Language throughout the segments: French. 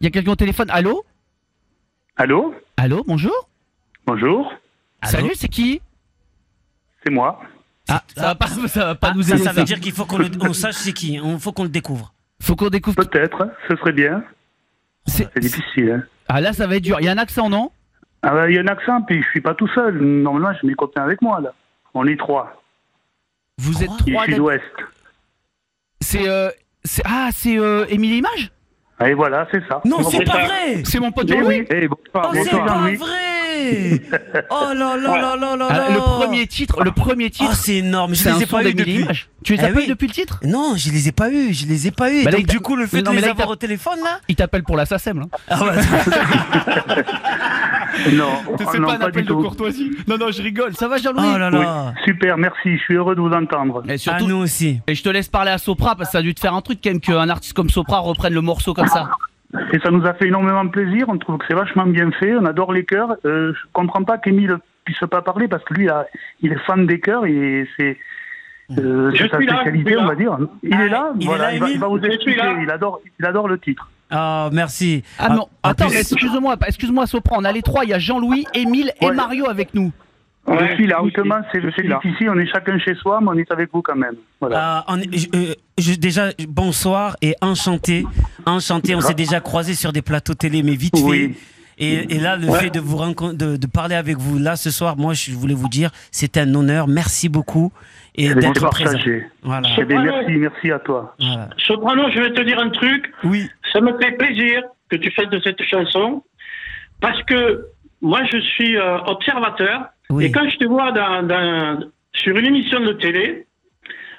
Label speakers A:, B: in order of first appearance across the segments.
A: Il y a quelqu'un au téléphone Allô
B: Allô
A: Allô, bonjour
B: Bonjour
A: Salut, c'est qui
B: C'est moi.
A: Ah,
C: Ça va pas, ça va pas nous
D: Ça,
C: aider.
D: ça
C: ça.
D: veut dire qu'il faut qu'on le- on sache c'est qui. Il faut qu'on le découvre.
A: faut qu'on découvre.
B: Peut-être, ce serait bien.
A: C'est-
B: C'est difficile. hein.
A: Ah là, ça va être dur. Il y a un accent, non
B: Ah bah, il y a un accent, puis je suis pas tout seul. Normalement, j'ai mes copains avec moi, là. On est trois.
A: Vous êtes
B: Du
A: trois. d'être-
B: sud-ouest.
A: C'est euh, c'est- ah, c'est euh, Émilie Image
B: Et voilà, c'est ça.
D: Non,
B: On
D: c'est
B: fait
D: pas
B: ça.
D: vrai
A: C'est mon pote
B: Eh
A: Jean-Louis.
B: oui. Eh,
D: Oh,
B: bonsoir,
D: c'est
B: bonsoir,
D: pas
B: Jean-Louis.
D: vrai Oh là là là là là là
A: Ah, le premier titre, le premier
D: Oh,
A: titre.
D: c'est énorme, je
A: c'est un
D: les ai
A: son
D: pas eu
A: d'Émilie
D: depuis.
A: Image. Tu les
D: Eh
A: as pas
D: oui.
A: eu depuis le titre
D: Non, je les ai pas eu, je les ai pas eu.
A: Bah là,
D: Donc
A: il t'a-
D: du coup, le fait
A: Non,
D: de
A: mais
D: les
A: là, il
D: avoir
A: t'a-
D: au téléphone là
A: Il t'appelle pour la SACEM, là.
D: Ah ouais.
B: Non, Ah non, pas, du tout.
A: courtoisie. Non, non, je rigole. Ça va, Jean-Louis
D: Oh là là.
B: Super, merci. Je suis heureux de vous entendre.
A: Ah, Et
D: Ah,
A: surtout,
D: nous aussi.
A: et je te laisse parler à Sopra parce que ça a dû te faire un truc quand même qu'un artiste comme Sopra reprenne le morceau comme ça.
B: Et ça nous a fait énormément plaisir. On trouve que c'est vachement bien fait. On adore les chœurs. Euh, je comprends pas qu'Émile puisse pas parler parce que lui, là, il est fan des chœurs et c'est. euh,
E: Je
B: c'est sa
E: suis là,
B: spécialité,
E: je suis
B: on
E: là.
B: va dire. Il
D: Ah,
B: est là,
D: il est
B: voilà,
D: là,
B: il, va, il va vous
E: Émile Je suis
B: expliquer.
E: là.
B: Il adore, il adore le titre.
D: Ah, merci.
A: Ah non,
D: en
A: attends,
D: plus-
A: mais excuse-moi, excuse-moi Sopra, on a les trois, il y a Jean-Louis, Émile et
B: Ouais.
A: Mario avec nous.
E: Ouais,
B: je suis là,
E: aussi.
B: justement, c'est
E: Je
B: c'est
E: suis là.
B: difficile. On est chacun chez soi, mais on est avec vous quand même. Voilà.
D: Ah, on est- je- euh, je- déjà, bonsoir et enchanté. Enchanté, on s'est déjà croisés sur des plateaux télé, mais vite
B: Oui.
D: fait. Et, et là, le fait de vous rencon- de, de parler avec vous là ce soir, moi, je voulais vous dire, c'est un honneur. Merci beaucoup et
B: C'est
D: d'être présent.
B: partagé.
D: Voilà.
B: Eh bien,
E: Ah ouais.
B: merci, merci à toi.
D: voilà.
E: Soprano, je vais te dire un truc.
D: Oui.
E: Ça me fait plaisir que tu fasses de cette chanson parce que moi, je suis euh, observateur
D: Oui.
E: et quand je te vois dans, dans- sur une émission de télé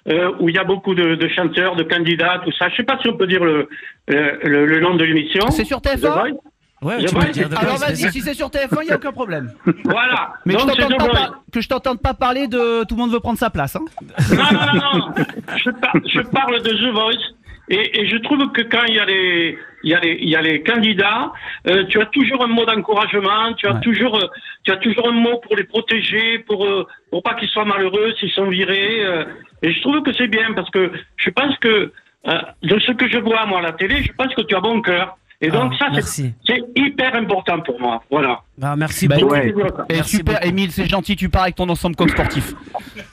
E: euh, où il y a beaucoup de, de chanteurs, de candidats, tout ça, je sais pas si on peut dire le, le, le- le nom de l'émission.
A: Ah, C'est sur
E: The Voice.
A: TF1
D: Ouais,
E: Je
D: tu peux
E: vois,
D: le dire de
A: Alors
D: base, mais-
A: vas-y, si c'est sur TF1, il n'y a aucun problème.
E: Voilà.
A: Mais que je
E: Donc, c'est
A: t'entende
E: The
A: pas
E: Voice.
A: par- que je t'entende pas parler de tout le monde veut prendre sa place. hein.
E: Non, non, non, non. Je, par- je parle de The Voice. Et, et je trouve que quand il y a les, il y a les, il y a les candidats, euh, tu as toujours un mot d'encouragement, tu as toujours, euh, tu as toujours un mot pour les protéger, pour, euh, pour pas qu'ils soient malheureux s'ils sont virés. euh. et je trouve que c'est bien parce que je pense que euh, de ce que je vois moi à la télé, je pense que tu as bon cœur. Et donc
D: Ah,
E: ça, c'est-
D: merci.
E: c'est hyper important pour moi. Voilà.
D: Ah, merci
A: Bah,
D: beaucoup.
B: Ouais.
A: Et
D: Merci
A: super,
D: beaucoup.
A: Émile, c'est gentil, tu pars avec ton ensemble comme sportif.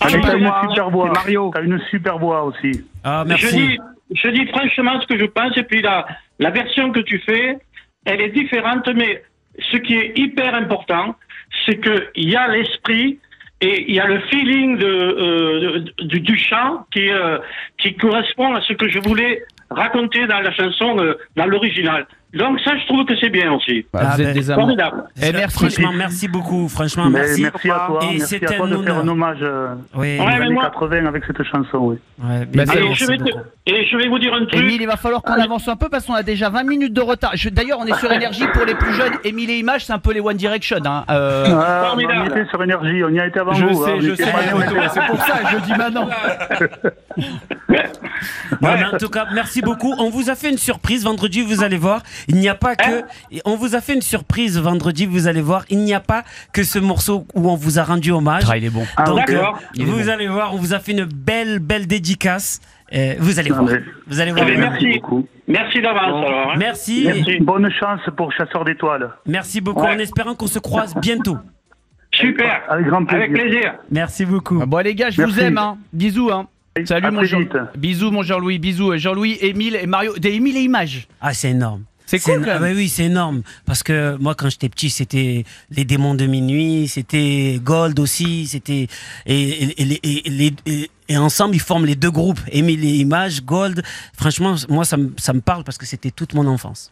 B: Ah, mais t'as
E: Mario.
B: une super voix. Mario. T'as une super voix aussi.
D: Ah,
E: Je dis,
D: merci.
E: je dis franchement ce que je pense, et puis la, la version que tu fais, elle est différente, mais ce qui est hyper important, c'est qu'il y a l'esprit et il y a le feeling de, euh, de- du, du chant qui, euh, qui correspond à ce que je voulais raconter dans la chanson, euh, dans l'original. Donc ça, je trouve que c'est bien aussi.
D: Ah,
A: Bah, vous êtes
D: ben,
A: des amants.
E: Formidable.
A: Eh, merci.
D: Franchement, merci beaucoup. Franchement,
B: Mais
D: Ah, merci.
B: à toi.
D: Et
B: Eh, merci
D: c'est
B: à toi
D: un
B: de faire un
D: honneur.
B: hommage euh,
D: Oui.
B: aux
E: Ouais, mais
B: années
E: moi-
B: 80 avec cette chanson. Oui.
D: Ouais,
A: Bah,
D: merci
A: c'est-
E: Et je, vais te-
D: beaucoup.
E: et je vais vous dire un truc.
A: Émile, il va falloir qu'on avance un peu parce qu'on a déjà 20 minutes de retard. Je- D'ailleurs, on est sur énergie pour les plus jeunes. Émile et Image, c'est un peu les One Direction. hein. Euh,
B: Ah, on
E: Formidable.
B: était sur énergie, on y a été avant
F: Je
B: vous. hein,
F: sais,
B: on
F: je
B: était
F: sais,
B: pas-
A: Eh,
F: Naruto, c'est pour ça.
A: ça, je dis maintenant.
D: Non, mais en tout cas, merci beaucoup. On vous a fait une surprise vendredi, vous allez voir. Il n'y a pas que.
A: Hein
D: On vous a fait une surprise vendredi, vous allez voir. Il n'y a pas que ce morceau où on vous a rendu hommage.
A: Ah, il est bon.
D: Donc,
E: D'accord.
D: euh, vous allez voir, on vous a fait une belle, belle dédicace. Euh, vous allez
B: Ah,
D: voir.
B: mais-
D: Vous allez
E: Eh
D: voir.
E: bien, merci.
B: Merci beaucoup.
E: Merci d'avance. alors, hein.
D: Merci.
E: Merci.
B: Bonne chance pour Chasseur d'étoiles.
D: Merci beaucoup.
E: Ouais.
D: En espérant qu'on se croise bientôt.
E: Super.
B: Avec grand plaisir.
E: Avec plaisir.
D: Merci beaucoup.
A: Ah, Bon, les gars, je vous
B: Merci.
A: aime. hein. Bisous. hein. Salut,
B: à
A: mon
B: très
A: Jean.
B: vite.
A: Bisous, mon Jean-Louis. Bisous, euh, Jean-Louis, Émile et Mario. Des Émile et Image.
D: Ah, c'est énorme.
A: C'est cool,
D: éno-
A: quand même.
D: Ah bah oui, c'est énorme. Parce que moi, quand j'étais petit, c'était les démons de minuit, c'était Gold aussi, c'était. Et, et- et les- et les- et- et ensemble, ils forment les deux groupes, Émile et Images, Gold. Franchement, moi, ça me ça me parle parce que c'était toute mon enfance.